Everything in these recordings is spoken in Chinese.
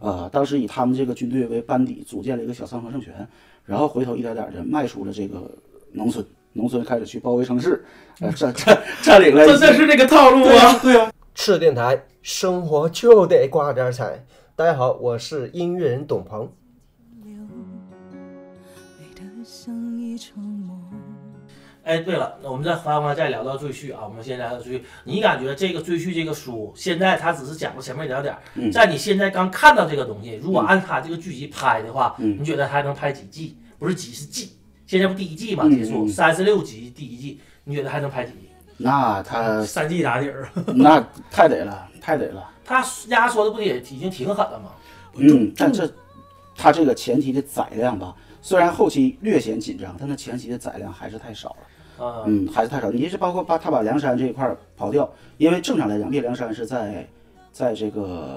呃，当时以他们这个军队为班底，组建了一个小三合政权，然后回头一点点的迈出了这个农村，农村开始去包围城市，呃，占占占领了一些。这这是这个套路啊！对啊，赤电台，生活就得挂点彩。大家好，我是音乐人董鹏。美得像一场梦。哎，对了，那我们再翻过来再聊到赘婿啊，我们现在还有赘婿，你感觉这个赘婿这个书，现在它只是讲了前面一点点儿，在你现在刚看到这个东西，如果按它这个剧集拍的话，你觉得它能拍几季？不是几是季，现在不第一季嘛，结束三十六集第一季，你觉得还能拍几季？那他三季打底儿，啊那太得了，太得了。他压缩的不也已经挺狠了吗？嗯，但这他这个前期的载量吧，虽然后期略显紧张，但他前期的载量还是太少了。啊、嗯，还是太少。你是包括把他把梁山这一块儿刨掉，因为正常来讲，灭梁山是在在这个，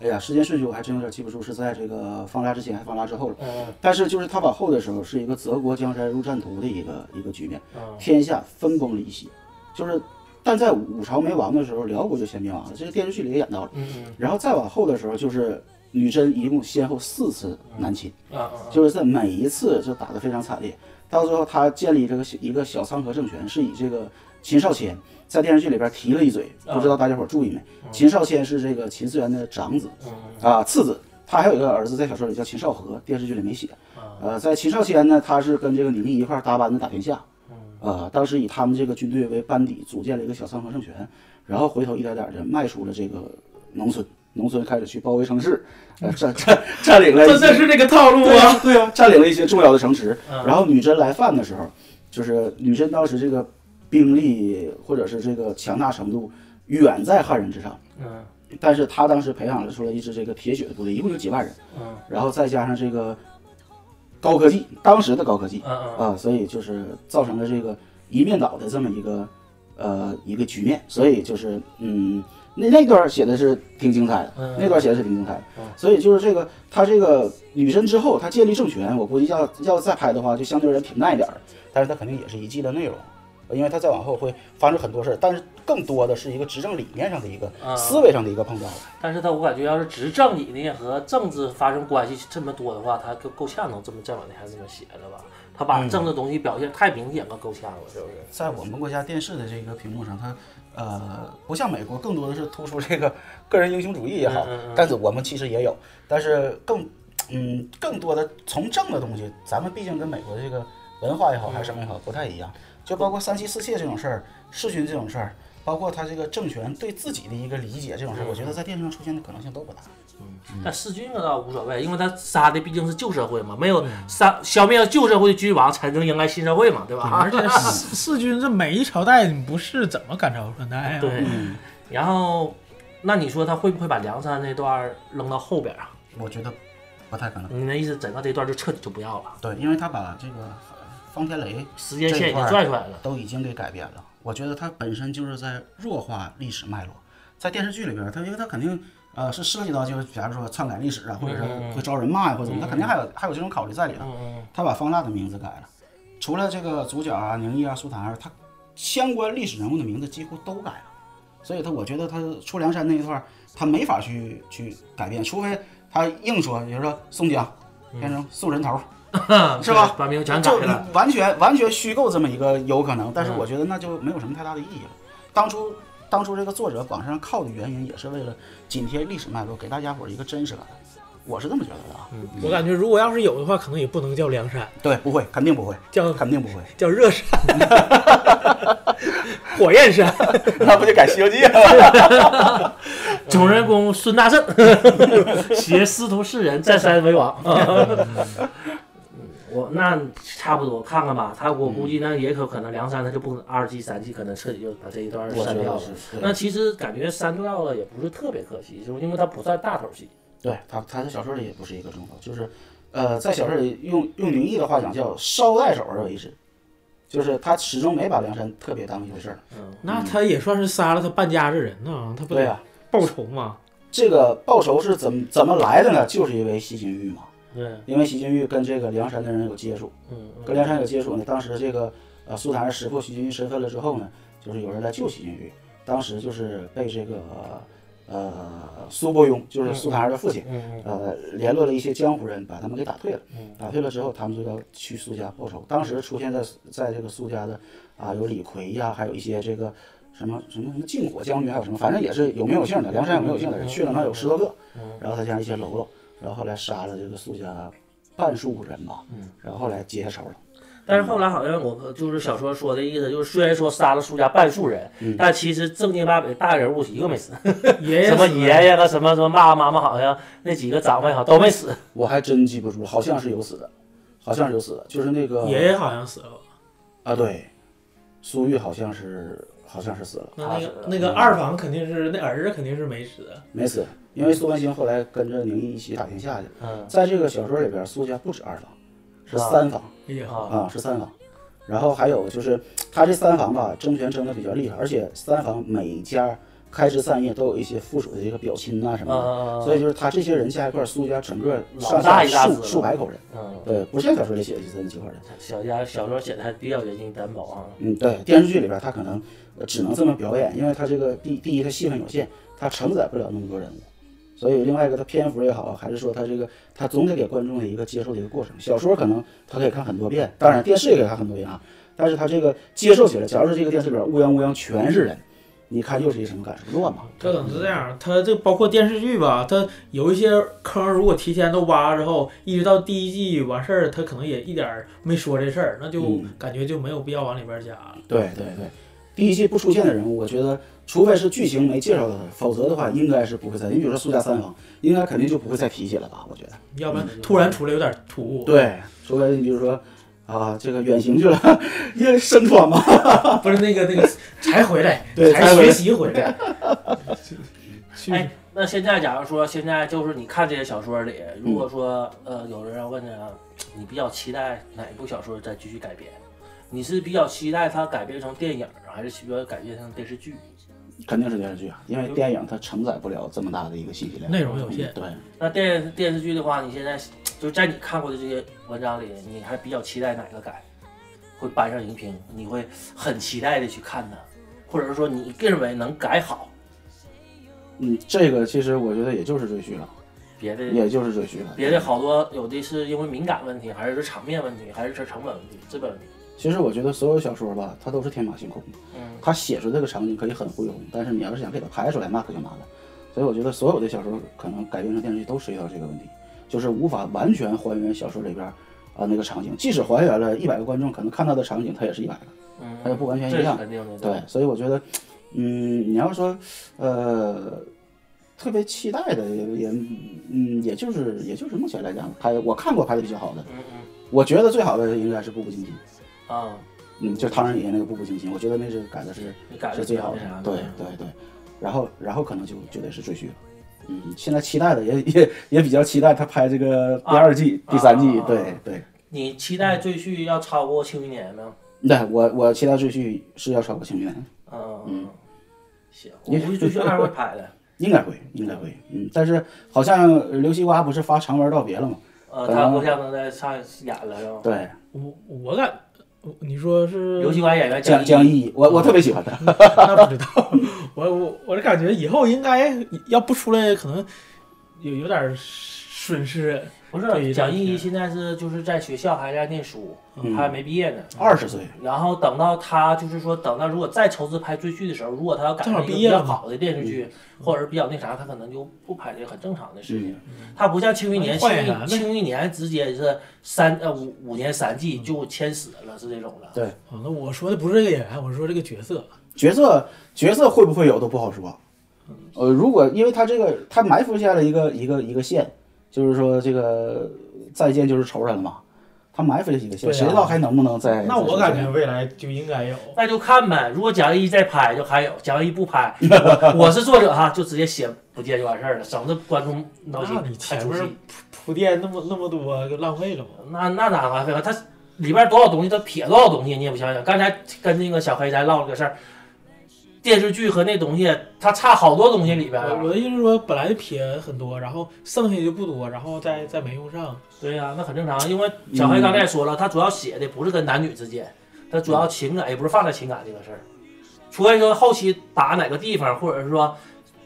哎呀，时间顺序我还真有点记不住，是在这个方腊之前还是方腊之后了。嗯但是就是他往后的时候，是一个泽国江山入战途的一个一个局面，嗯天下分崩离析。就是，但在五朝没亡的时候，辽国就先灭亡了，这个电视剧里也演到了。嗯然后再往后的时候，就是女真一共先后四次南侵。嗯啊啊！就是在每一次就打得非常惨烈，到最后他建立这个小一个小仓河政权，是以这个秦少谦在电视剧里边提了一嘴，不啊知道大家伙注意没？嗯秦少谦是这个秦思源的长子啊次子，他还有一个儿子，在小说里叫秦少河，电视剧里没写。啊呃，在秦少谦呢，他是跟这个李密一块儿搭班子打天下。嗯呃，当时以他们这个军队为班底，组建了一个小三合政权，然后回头一点点的迈出了这个农村，农村开始去包围城市，呃，占占占领了一些。这这是这个套路对啊！嗯啊，对啊，占领了一些重要的城池。然后女真来犯的时候，就是女真当时这个兵力或者是这个强大程度远在汉人之上，嗯但是他当时培养了出来一支这个铁血的部队，一共有几万人，嗯然后再加上这个高科技，当时的高科技嗯嗯啊，所以就是造成了这个一面倒的这么一个呃一个局面，所以就是嗯。那那段写的是挺精彩的，嗯那段写的是挺精彩的，嗯所以就是这个他这个女真之后，他建立政权，我估计要要再拍的话，就相对而言平淡一点儿，但是他肯定也是一季的内容，因为他再往后会发生很多事儿，但是更多的是一个执政理念上的一个、啊思维上的一个碰撞。但是他我感觉，要是执政理念和政治发生关系这么多的话，他够够呛能这么再往下这么写的吧？他嗯把政治东西表现太明显了，够呛了，是不是？在我们国家电视的这个屏幕上，它呃不像美国，更多的是突出这个 个人英雄主义也好，嗯嗯嗯但是我们其实也有，但是更嗯更多的从政的东西，咱们毕竟跟美国的这个文化也嗯好还是什么也好不太一样，就包括三妻四妾这种事儿，弑君这种事儿。包括他这个政权对自己的一个理解，这种事儿，嗯我觉得在电视上出现的可能性都不大。嗯但弑君那倒无所谓，因为他杀的毕竟是旧社会嘛，没嗯有杀消灭旧社会的君王，才能迎来新社会嘛，对吧？而且嗯弑弑君这每一朝代你不是怎么赶朝换代啊呀？ 对，嗯然后那你说他会不会把梁山那段儿扔到后边儿啊？我觉得不太可能。你那意思整个这段就彻底就不要了，对，因为他把这个方天雷时间线这已一块经儿拽出来了。都已经给改变了。我觉得它本身就是在弱化历史脉络，在电视剧里边儿，它因为它肯定呃是涉及到就是假如说篡改历史啊，或者是会招人骂呀、或者怎么，它肯定还有还有这种考虑在里头。他把方腊的名字改了，除了这个主角啊宁毅啊苏檀儿，他相关历史人物的名字几乎都改了，所以他我觉得他出梁山那一段儿他没法去去改变，除非他硬说，比如说宋江变成宋人头儿。嗯是吧？把名字全改就了。完全完全虚构这么一个有可能，但是我觉得那就没有什么太大的意义了。当初当初这个作者往上靠的原因，也是为了紧贴历史脉络，给大家伙儿一个真实感。我是这么觉得的啊。嗯，我感觉如果要是有的话，可能也不能叫梁山，对，不会，肯定不会，叫肯定不会，叫热山， 火焰山。那不就改《西游记》了？主人公孙 大圣携师徒四人占山为王。我那差不多看看吧，他我估计那也可可能梁山他就不二季三季可能彻底就把这一段我觉删掉得了是。，那对其实感觉删掉了也不是特别可惜，就是因为它不算大头戏。对他他在小说里也不是一个中锋，就是呃，在小说里用用宁毅的话讲叫捎带手而为之，就是他始终没把梁山特别当一回事儿。那他也算是杀了他半家子人呢，他不对呀、啊得报仇吗？这个报仇是怎么怎么来的呢？就是因为西秦玉嘛，对，因为西秦玉跟这个梁山的人有接触，嗯，跟梁山有接触呢。当时这个呃苏檀识破西秦玉身份了之后呢，就是有人来救西秦玉，当时就是被这个呃苏伯庸，就是苏檀儿的父亲，呃联络了一些江湖人，把他们给打退了。打退了之后，他们就要去苏家报仇。当时出现在在这个苏家的啊，有李逵呀、还有一些这个什么什么什么靖火将军，还有什么，反正也是有名有姓的，梁山有名有姓的人去了那有十多个，然后他加一些喽啰，然后后来杀了这个苏家半数人吧，然后后来结下仇了。但是后来好像我就是小说说的意思，就是虽然说杀了苏家半数人，嗯但其实正经八百大人物一个没死，爷爷什么死爷了爷啊，什么什么爸爸妈妈，好像那几个长辈好像都没死。我还真记不住，好像是有死的，好像是有死的，就是那个爷爷好像死了，啊，对，苏玉好像是好像是死了，那那个那个二房肯定是那儿子肯定是没死，没死，因为苏文兴后来跟着宁毅一起打天下去。嗯，在这个小说里边，苏家不止二房，是啊三房哎呀，啊，啊，是三房。然后还有就是，他这三房吧，争权争的比较厉害，而且三房每家开枝散叶都有一些附属的这个表亲啊什么的，嗯，所以就是他这些人加一块儿，苏家整个老上下大一大数子数百口人，嗯，对，不像小说里写的一三几口人。小家小说写的还比较人性单薄啊。嗯，对，电视剧里边他可能呃只能这么表演，因为他这个第第一他戏份有限，他承载不了那么多人物，所以另外一个他篇幅也好，还是说他这个他总得给观众的一个接受的一个过程。小说可能他可以看很多遍，当然电视也可以看很多遍啊，但是他这个接受起来，假如说这个电视里边乌泱乌泱全是人，你看又是一什么感受？乱嘛。他可能是这样，他这包括电视剧吧，他有一些坑，如果提前都挖之后，一直到第一季完事儿，他可能也一点儿没说这事儿，那就嗯感觉就没有必要往里边加了。对对对，第一季不出现的人物，我觉得除非是剧情没介绍到他，否则的话应该是不会再。你比如说苏家三房，应该肯定就不会再提起了吧？我觉得。要不然嗯突然出来有点突兀。对，除非你比如说啊，这个远行去了， 因为身穿嘛。不是那个 那个才回来，对才才回来学习 回来。去哎，那现在假如说现在就是你看这些小说里，如嗯果说呃有人要问你啊，你比较期待哪一部小说再继续改编？你是比较期待它改编成电影，还是比较改编成电视剧？肯定是电视剧啊，因为电影它承载不了这么大的一个信息量，内容有限嗯对，那电电视剧的话，你现在就在你看过的这些文章里，你还比较期待哪个改会搬上荧屏？你会很期待的去看它，或者是说你认为能改好？嗯，这个其实我觉得也就是赘婿了，别的也就是赘婿了。别的好多有的是因为敏感问题，还是场面问题，还是说成本问题、资本问题。其实我觉得所有小说吧，它都是天马行空的，嗯，它写出这个场景可以很恢宏，但是你要是想给它拍出来，那可就麻烦。所以我觉得所有的小说可能改编成电视剧都涉及到这个问题，就是无法完全还原小说里边儿啊、那个场景，即使还原了一百个观众可能看到的场景，它也是一百个。嗯，它就不完全一这是样肯定的。对，所以我觉得，嗯，你要说，呃，特别期待的也也，嗯，也就是也就是目前来讲，拍我看过拍的比较好的，嗯嗯我觉得最好的应该是《步步惊心》，啊，嗯，就是唐人爷那个《步步惊心》，我觉得那是改的是你改的是最好的啥？，对对对，然后然后可能就就得是赘婿了。嗯，现在期待的也也也比较期待他拍这个第二季、啊第三季，啊啊对啊对。你期待赘婿要超过《庆余年》吗？那我我期待赘婿是要超过《庆余年》，嗯，行，我估计赘婿二会拍的。应该会，应该会，嗯，但是好像呃刘西瓜不是发长文道别了吗？呃， 可他能不像能在上演了是吧？对，我我感，你说是尤其管演员江江一，毅，啊我我特别喜欢他，那不知道， 我我我是感觉以后应该要不出来，可能有有点损失。不这一是蒋段时间毅现在是就是在学校还在念书，嗯他还没毕业呢。二十岁，然后等到他就是说，等到如果再筹资拍赘婿的时候，如果他要改成正好一个毕比业较了嘛嗯好的电视剧，或者是比较那啥，他可能就不拍这个很正常的事情嗯。他不像《庆余年》，换演《员呗庆庆余年》直接是三呃五五年三嗯季就签死了，是这种的。对，啊，那我说的不是这个演员，我说这个角色。角色角色会不会有都不好说，呃，如果因为他这个他埋伏下了一个一个一个线，就是说这个再见就是仇人了嘛，他埋伏了一个线，对啊谁知道还能不能哎再？那再我出感现觉未来就应该有。那就看呗。如果蒋毅再拍，就还有；蒋毅不拍，我我是作者哈，就直接写不见就完事儿了，省得观众闹心 那你看前出面戏。铺铺垫那么那么多，就浪费了嘛。那那哪还废啊话？他里边多少东西，他撇多少东西，你也不想想。刚才跟那个小黑咱唠了个事儿，电视剧和那东西，它差好多东西里边儿。啊我我的意思是说，本来就撇很多，然后剩下就不多，然后再再没用上。对呀、那很正常，因为小黑刚嗯才也说了，他主要写的不是跟男女之间，他主要情感，也不是放在情感这个事儿。除非说后期打哪个地方，或者是说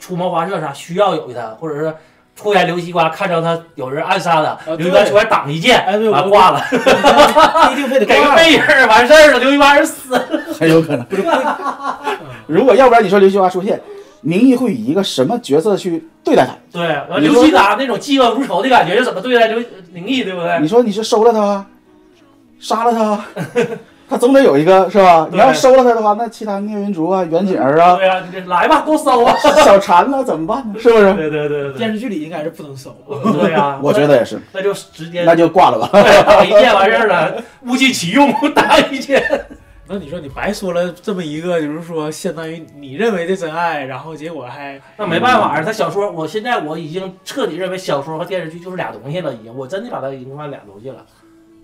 出谋划策啥需要有他，或者是突然刘西瓜看着他有人暗杀他，啊对刘西瓜出来挡一箭，哎对我完挂了，不一定非得给个挂背影儿完事儿了，刘西瓜人死了。很有可能。 如果要不然你说刘西华出现，名义会以一个什么角色去对待他？对，完你刘说西达那种嫉恶如仇的感觉是怎么对待刘灵异，对不对？你说你是收了他，杀了他， 他总得有一个是吧？对你要收了他的话，那其他聂云竹啊、远景儿 啊、对呀、你这来吧，都搜啊！小婵呢，怎么办呢？是不是？对对对电对视剧里应该是不能搜啊。 对，对呀、啊， 我觉得也是，那就直接那就挂了吧。对打一箭完事儿了，物尽其用，打一箭。那你说你白说了这么一个，就是说相当于你认为的真爱，然后结果还那没办法，他小说，我现在我已经彻底认为小说和电视剧就是俩东西了，已经，我真的把它已经当俩东西了，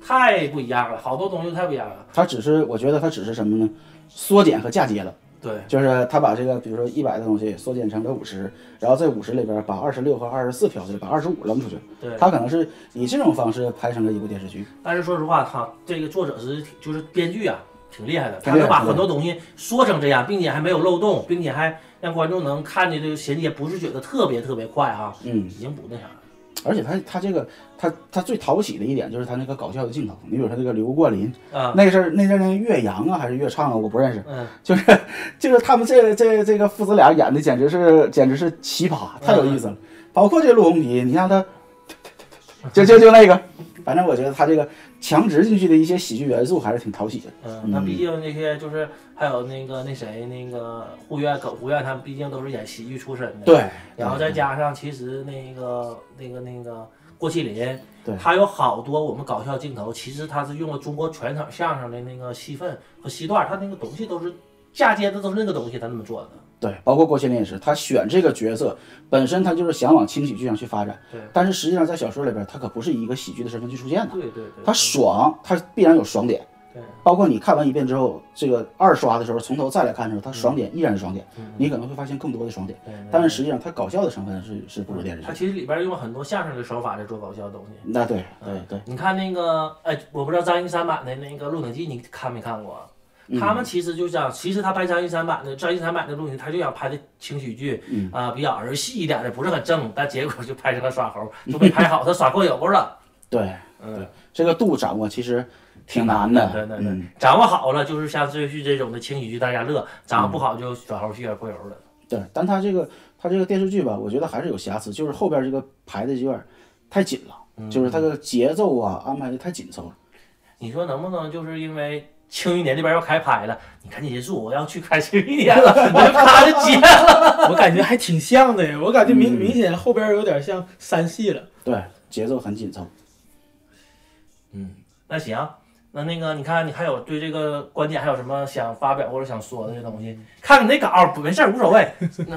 太不一样了，好多东西太不一样了。他只是，我觉得他只是什么呢？缩减和嫁接了，对就是他把这个，比如说一百的东西缩减成了五十，然后在五十里边把二十六和二十四飘出去，把二十五扔出去。对，他可能是以这种方式拍成了一部电视剧。但是说实话，他这个作者是就是编剧啊，挺厉害的，挺他厉害能把对很多东西说成这样，并且还没有漏洞，并且还让观众能看见这个衔接，不是觉得特别特别快啊，嗯已，经不那啥了。而且他他这个他他最讨喜的一点就是他那个搞笑的镜头。你比如说那个刘冠霖，啊，那是那阵儿那岳阳啊还是岳畅啊，我不认识。嗯，就是就是他们这这这个父子俩演的简直是简直是奇葩，太有意嗯思了。包括这陆红皮，你看 他，就就就那个，反正我觉得他这个强植进去的一些喜剧元素还是挺讨喜的。嗯，那毕竟那些就是还有那个那谁那个护院耿护院，他们毕竟都是演喜剧出身的，，对，然后再加上其实那个那个那个郭麒麟，对他有好多我们搞笑镜头，其实他是用了中国传统相声的那个戏份和戏段，他那个东西都是嫁接的都是那个东西，他那么做的。对，包括郭麒麟也是，他选这个角色本身他就是想往轻喜剧上去发展，对但是实际上在小说里边，他可不是以一个喜剧的身份去出现的。对对对，他爽，他必然有爽点。对包括你看完一遍之后，这个二刷的时候，从头再来看的时候，嗯它爽点依然是爽点，你可能会发现更多的爽点。对对但是实际上，它搞笑的成分是是不如电视他剧。其实里边用了很多相声的手法在做搞笑的东西。那对对对，你看那个，哎，我不知道张一山版的那个《鹿鼎记》，你看没看过？啊嗯他们其实就想，其实他拍张一山版的张一山版的《鹿鼎记》，他就想拍的轻喜剧，啊、嗯比较儿戏一点的，不是很正，但结果就拍成了耍 猴，就没拍好，他耍过油了。对嗯，这个度掌握其实挺难的。对对对嗯，，掌握好了就是像赘婿这种的轻喜剧，大家乐；掌嗯握不好就耍猴戏而过油了。对，但它这个它这个电视剧吧，我觉得还是有瑕疵，就是后边这个排的有点太紧嗯了，就是它的节奏啊安排的太紧凑了。你说能不能就是因为庆余年这边要开拍了，你赶紧结束，我要去看庆余 年了，我就咔就结了。我感觉还挺像的，我感觉嗯明明显后边有点像三系了。对，节奏很紧凑。嗯那行，那那个你看，你还有对这个观点还有什么想发表或者想说的这东嗯西？看看你那稿儿，没事儿无 所谓，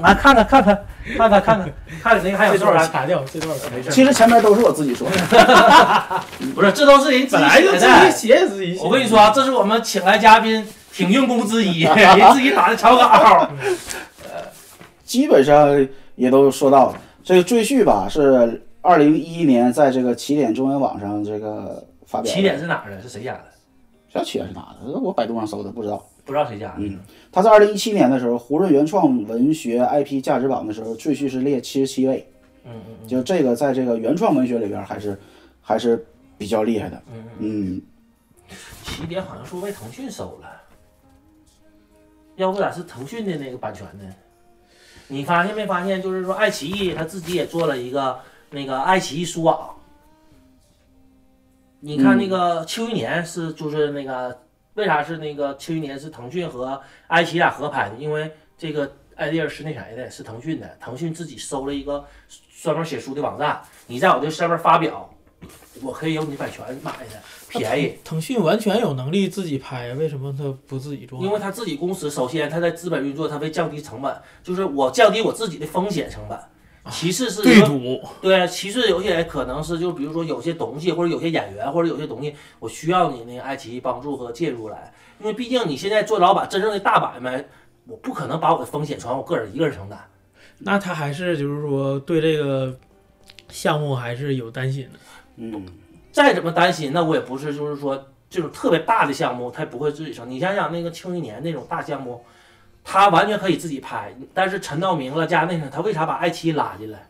来看看看看看看看看看你那个还有这多少段啥？掐掉，这段没事其实前面都是我自己说的，儿，不是，这都是人自本己来就写自己的。写自己写。我跟你说，啊，这是我们请来嘉宾挺用功之 一，人自己打的草稿儿。基本上也都说到了。这个《赘婿》吧，是二零一一年在这个起点中文网上这个发表的。起点是哪儿的？是谁家的？这起点是哪的？我百度上搜的，不知道。不知道谁家的。嗯他在二零一七年的时候，胡润原创文学 IP 价值榜的时候，《赘婿》是列七十七位。嗯嗯嗯就这个，在这个原创文学里边，还是还是比较厉害的。嗯，起点好像是被腾讯收了，要不咋是腾讯的那个版权呢？你发现没发现？就是说，爱奇艺他自己也做了一个那个爱奇艺书网。你看那个《庆余年》是就是那个为啥是那个《庆余年》是腾讯和爱奇艺俩合拍的？因为这个 idea 是那谁的，是腾讯的，腾讯自己收了一个专门写书的网站，你在我这上面发表，我可以有你版权买的，便宜。腾讯完全有能力自己拍，为什么他不自己啊做？因为他自己公司，首先他在资本运作，他会降低成本，就是我降低我自己的风险成本。其次是有赌，对，啊其次有些人可能是就比如说有些东西或者有些演员或者有些东西，我需要你那个爱奇艺帮助和介入来，因为毕竟你现在做老板，真正的大买卖，我不可能把我的风险全我个人一个人承担。那他还是就是说对这个项目还是有担心的。 再怎么担心，那我也不是就是说这种特别大的项目，他也不会自己上。你想想那个庆余年那种大项目，他完全可以自己拍，但是陈道明了加那个他为啥把爱奇艺拉进来？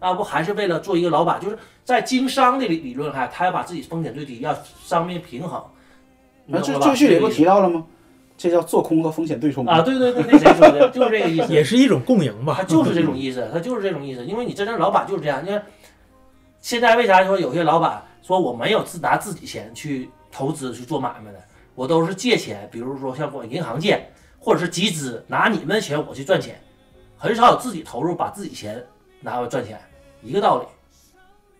那不还是为了做一个老板？就是在经商的理理论下，他要把自己风险最低，要商业平衡。嗯你那懂这了吧赘婿里不提到了吗？这叫做空和风险对冲啊？对对对，那谁说的？就是这个意思。也是一种共赢吧。 他就是这种意思，他就是这种意思，因为你真正老板就是这样。你看，现在为啥说有些老板说我没有自拿自己钱去投资去做买卖的，我都是借钱，比如说像管银行借，或者是集资，拿你们的钱我去赚钱，很少有自己投入把自己钱拿回来赚钱，一个道理，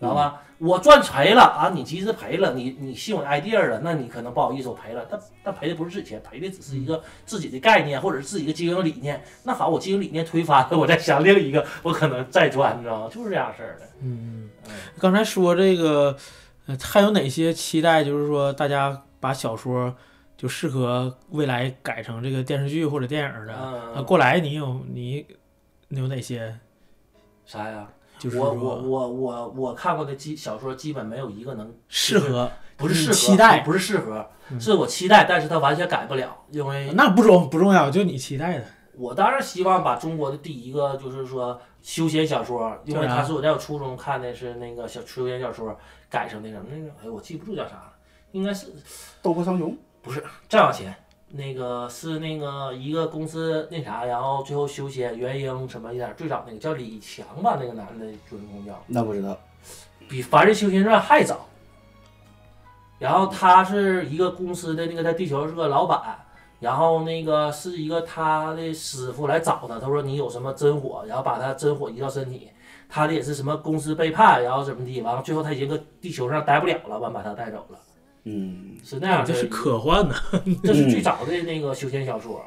知道嗯吧？我赚赔了啊，你集资赔了，你你信我的 idea 了，那你可能不好意思，我赔了，但但赔的不是自己钱，赔的只是一嗯个自己的概念或者是自己的经营理念。那好，我经营理念推翻了，我再想另一个，我可能再赚，你知道吗？就是这样式儿的。嗯，刚才说这个，呃，还有哪些期待？就是说，大家把小说就适合未来改成这个电视剧或者电影的。呃，嗯，过来你有你你有哪些？啥呀？就是我我说我我我看过的基小说，基本没有一个能适合，不是适合你期待不是适合，嗯是我期待，但是它完全改不了，因为哎那不重不重要，就你期待的。我当然希望把中国的第一个就是说休闲小说，因啊为它是我在我初中看的是那个小休闲小说改成那什么那个，哎呦我记不住叫啥了，应该是斗破苍穹。再往前，那个是那个一个公司那啥，然后最后修仙元婴什么一点，最早那个叫李强吧，那个男的主人公叫，那不知道，比《凡人修仙传》还早。然后他是一个公司的那个在地球是个老板，然后那个是一个他的师傅来找他，他说你有什么真火，然后把他真火移到身体。他的也是什么公司背叛，然后怎么地，完了最后他已经搁地球上待不了了，完把他带走了，嗯，是那样的这一个。是科幻呢。这是最早的那个修仙小说，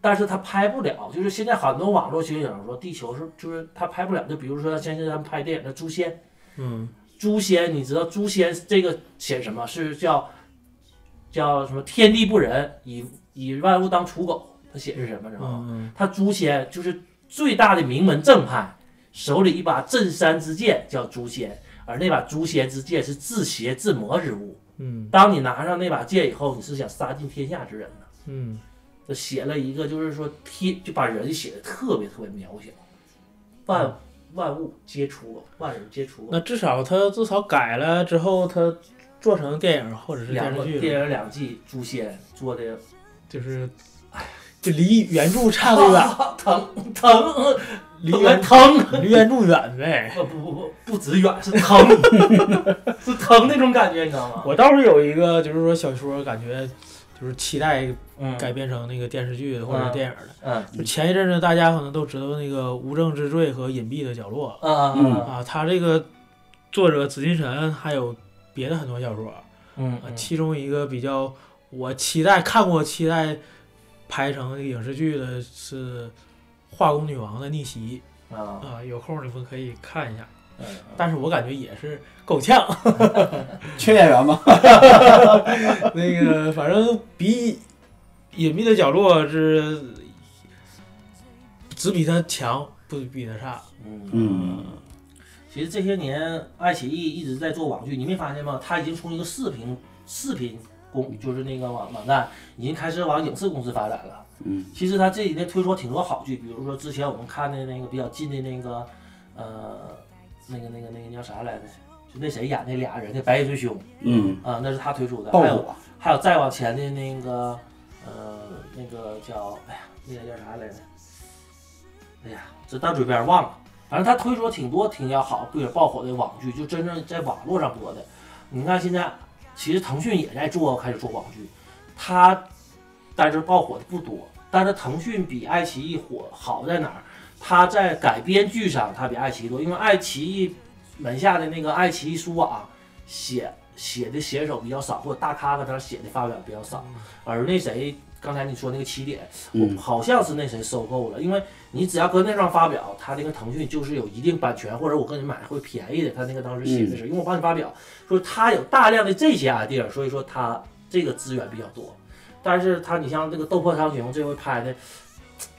但是他拍不了，就是现在很多网络修仙小说，地球是就是他拍不了，就比如说像现在他们拍电影的《诛仙》，嗯，诛仙，你知道诛仙这个写什么？是叫叫什么？天地不仁，以以万物当刍狗。他写是什么？知道吗？嗯他诛仙就是最大的名门正派，手里一把镇山之剑叫诛仙，而那把诛仙之剑是治邪治魔之物。嗯当你拿上那把剑以后，你是想杀尽天下之人的。嗯这写了一个，就是说天就把人写的特别特别渺小，万万物皆刍狗，万人皆刍嗯，狗那。至少他至少改了之后，他做成电影或者是两电个视剧了，电影两季，诛仙做的就是，哎就离原著差 多远，疼疼离还原疼，离原著远呗。不不不不不止远是疼，是疼那种感觉，你知道吗？我倒是有一个，就是说小说感觉就是期待嗯改编成那个电视剧或者电影的。嗯就前一阵子大家可能都知道那个《无证之罪》和《隐蔽的角落嗯》嗯啊，他这个作者紫金神还有别的很多小说，嗯啊其中一个比较我期待看过期待拍成影视剧的是《化工女王的逆袭》嗯啊啊，有空你们可以看一下。嗯但是我感觉也是够呛。 缺演员吗？那个反正比隐秘的角落是只比它强，不比它差。嗯。嗯，其实这些年，爱奇艺一直在做网剧，你没发现吗？它已经从一个视频视频公，就是那个网网站，已经开始往影视公司发展了。嗯，其实它这几年推出了挺多好剧，比如说之前我们看的那个比较近的那个，呃，那个那个那个叫啥来着？就那谁演那俩人的《白夜追凶》嗯，啊、那是他推出的。爆还有啊火，还有再往前的那个，呃，那个叫哎呀，那个叫啥来着？哎呀，这到嘴边忘了。反正他推出了挺多挺要好、并且爆火的网剧，就真正在网络上播的。你看现在，其实腾讯也在做，开始做网剧，它但是爆火的不多。但是腾讯比爱奇艺火好在哪儿？它在改编剧上，它比爱奇艺多，因为爱奇艺门下的那个爱奇艺书网、写写的写手比较少，或者大咖搁那儿写的发表比较少。而那谁，刚才你说那个起点，嗯我好像是那谁收购了，因为你只要搁那上发表，他那个腾讯就是有一定版权，或者我跟你买会便宜的。他那个当时写的是，因为我帮你发表，说他有大量的这些 idea，所以说他这个资源比较多。但是他，你像这个《斗破苍穹》这回拍的，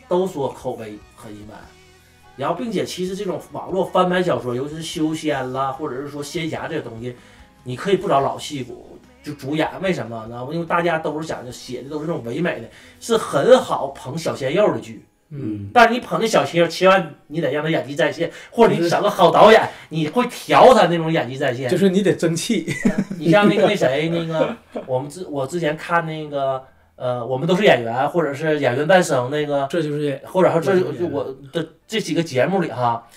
都说口碑很一般。然后，并且其实这种网络翻拍小说，尤其是修仙啦，或者是说仙侠这个东西，你可以不找老戏骨，就主演，为什么呢？因为大家都是讲究写的都是那种唯美的，是很好捧小鲜肉的剧。嗯，但是你捧那小鲜肉，千万你得让他演技在线，或者你找个好导演，你会调他那种演技在线就。是你得争气，你像那个那谁，那个我们之我之前看那个呃，我们都是演员，或者是演员诞生那个，这就是或者说这我是就演员我的这几个节目里哈，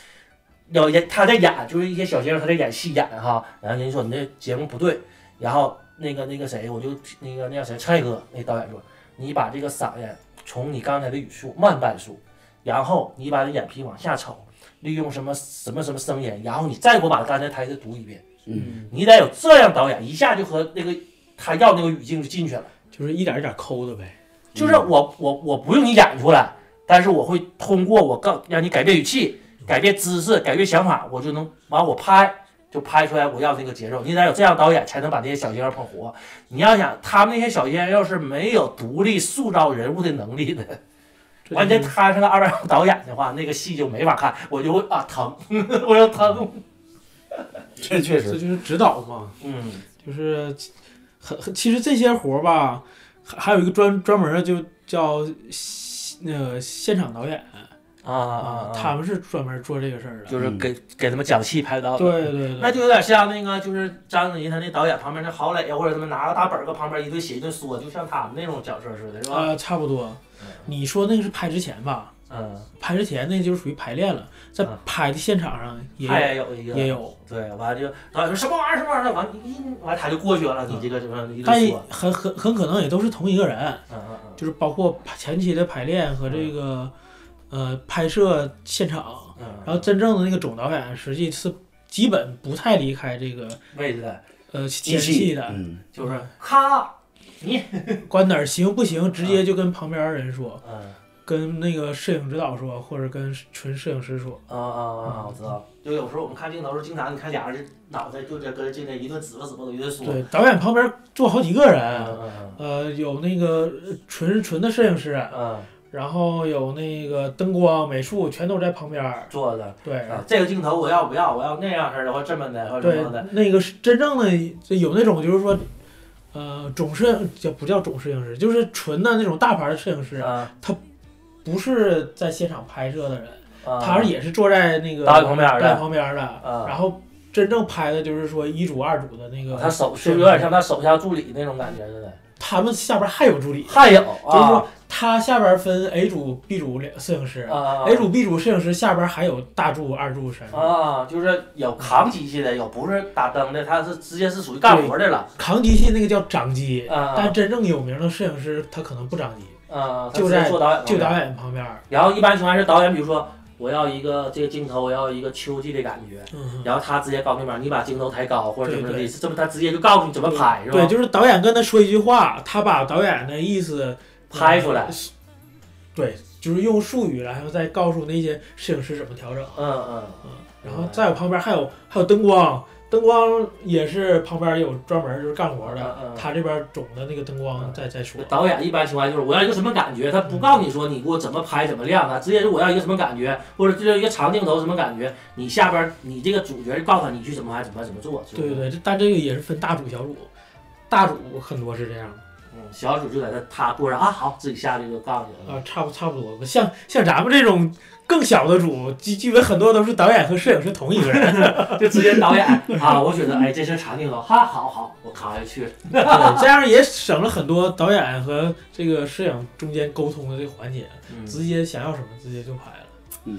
要演他在演，就是一些小鲜肉他在演戏演哈，然后人家说你这节目不对，然后那个那个谁，我就那个那叫谁蔡哥那导演说，你把这个嗓音从你刚才的语速慢半速，然后你把这眼皮往下瞅，利用什么什么什么声音，然后你再给我把刚才台词读一遍。嗯，你得有这样导演，一下就和那个他要那个语境就进去了。就是一点一点抠的呗。就是嗯我我我不用你演出来，但是我会通过我告让你改变语气、嗯改变姿势、改变想法，我就能完我拍就拍出来我要的那个节奏。你得有这样导演才能把这些小鲜肉捧活。你要想他们那些小鲜肉是没有独立塑造人物的能力的，这完就全是摊上个二百五导演的话，那个戏就没法看，我就会啊疼， 我要疼，这确这实，就是指导嘛，嗯。就是很很其实这些活儿吧，还还有一个专专门儿就叫现那个现场导演啊啊！啊嗯他们是专门做这个事儿的。就是给给他们讲戏拍到，对对对，啊那就有点像那个，就是章子怡她那导演旁边那郝磊啊，或者他们拿个大本儿搁旁边一顿写一顿说，就像他们那种角色似的，是吧？啊，差不多嗯。你说那个是拍之前吧？嗯，拍之前那就是属于排练了，在嗯拍的现场上也他有也有一个，也有，对，完了就导演说什么玩意儿什么玩意儿，完一完他就过去了，你这个什么一但顿说，很很很可能也都是同一个人，嗯嗯嗯，就是包括前期的排练和这个呃拍摄现场，嗯，然后真正的那个总导演实际是基本不太离开这个位置的呃机前器戏的，嗯，嗯就是咔，关哪儿行不行，直啊接就跟旁边人说，嗯跟那个摄影指导说，或者跟纯摄影师说，啊啊啊，我知道，就有时候我们看镜头时候，经常你看俩人脑袋就这跟这这一顿指吧指吧一顿说，对，导演旁边坐好几个嗯人。嗯呃，有那个呃纯纯的摄影师，嗯嗯，然后有那个灯光、美术，全都在旁边儿。坐的，对，啊这个镜头我要不要，我要那样式的，或这么的，或者什对么的，，那个是真正的就有那种就是说，呃，总摄影叫不叫总摄影师，就是纯的那种大牌的摄影师，啊，不是在现场拍摄的人，他他也是坐在那个导演啊旁边儿的导演旁边儿的，啊然后真正拍的就是说一组二组的那个，他手是不是有点像他手下助理那种感觉似的？他们下边儿还有助理，还有就是啊说他下边儿分 A 组、B 组两摄影师，啊 A 组、B 组摄影师下边还有大柱、二柱、三柱，啊，就是有扛机器的，有不是打灯的，他是直接是属于干活的了扛机器那个叫掌机，但啊真正有名的摄影师他可能不掌机，啊，就在做导演就旁边导演旁边。然后一般情况下是导演，比如说我要一个这个镜头，我要一个秋季的感觉，嗯，然后他直接告诉你，你把镜头抬高或者怎么对的，对是这么他直接就告诉你怎么拍是吧？对，就是导演跟他说一句话，他把导演的意思拍出来。对，就是用术语，然后再告诉那些摄影师怎么调整。嗯嗯嗯，然后在我旁边还有还有灯光，灯光也是旁边有专门就是干活的，嗯嗯他这边总的那个灯光在在说。导演一般情况下就是我要一个什么感觉，他嗯不告诉你说你给我怎么拍怎么亮啊，直接是我要一个什么感觉，或者就是一个长镜头什么感觉，你下边你这个主角就告诉他你去怎么拍怎么怎么做。是吧对对，对，这但这个也是分大组小组，大组很多是这样的。嗯，小组就在那他过上啊，好，自己下去就告诉你了。啊，差不差不多吧。像像咱们这种更小的组，基基本很多都是导演和摄影师同一个人。就直接导演啊，我觉得哎，这是长镜头，哈，好好，我扛下去了。对，这样也省了很多导演和这个摄影中间沟通的这个环节，嗯，直接想要什么直接就拍了。嗯，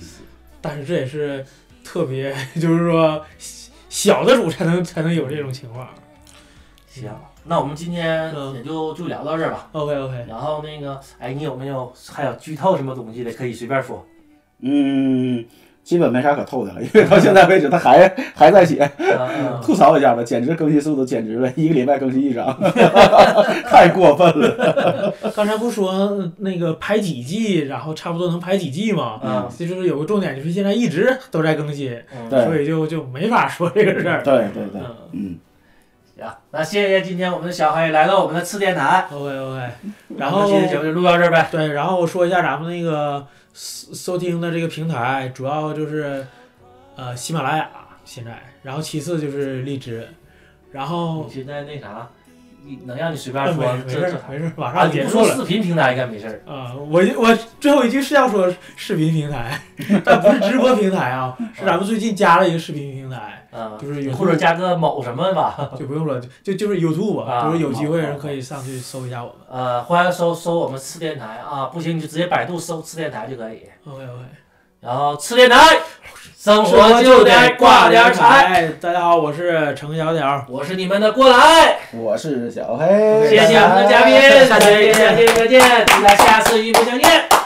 但是这也是特别， 就是说小小的组才能才能有这种情况。行，那我们今天嗯也就就聊到这儿吧。 OK OK，然后那个，哎，你有没有还有剧透什么东西的，可以随便 说。嗯，基本没啥可透的了，因为到现在为止他还还在写，嗯吐槽一下吧，简直更新速度简直了，一个礼拜更新一章， 太过分了。刚才不说呃那个拍几季，然后差不多能拍几季吗？嗯这就是有个重点，就是现在一直都在更新，嗯，对所以就就没法说这个事儿。对对对，嗯。嗯，行，那谢谢今天我们的小黑来到我们的次电台， OK OK，然然后后今天节目就录到这儿呗。对，然后我说一下咱们那个收收听的这个平台，主要就是呃喜马拉雅现在，然后其次就是荔枝，然后现在那啥，能让你随便说没这事这儿没事儿，马啊，上你结不束说了。视频平台应该没事儿。啊、我我最后一句是要说视频平台，但不是直播平 台啊，是咱们最近加了一个视频平台，嗯，就是有或者加个某什么吧，就不用说，就就就是 YouTube 吧，啊就是有机会好好人可以上去搜一下我们。呃，欢迎搜搜我们次电台啊，不行你就直接百度搜次电台就可以。 OK OK，然后次电台，生生活活就得挂点点彩。。大家好，我是程小鸟，我是你们的郭来，我是小黑，谢谢我们的嘉宾，下期再见再见，再见，期待下次与不相见。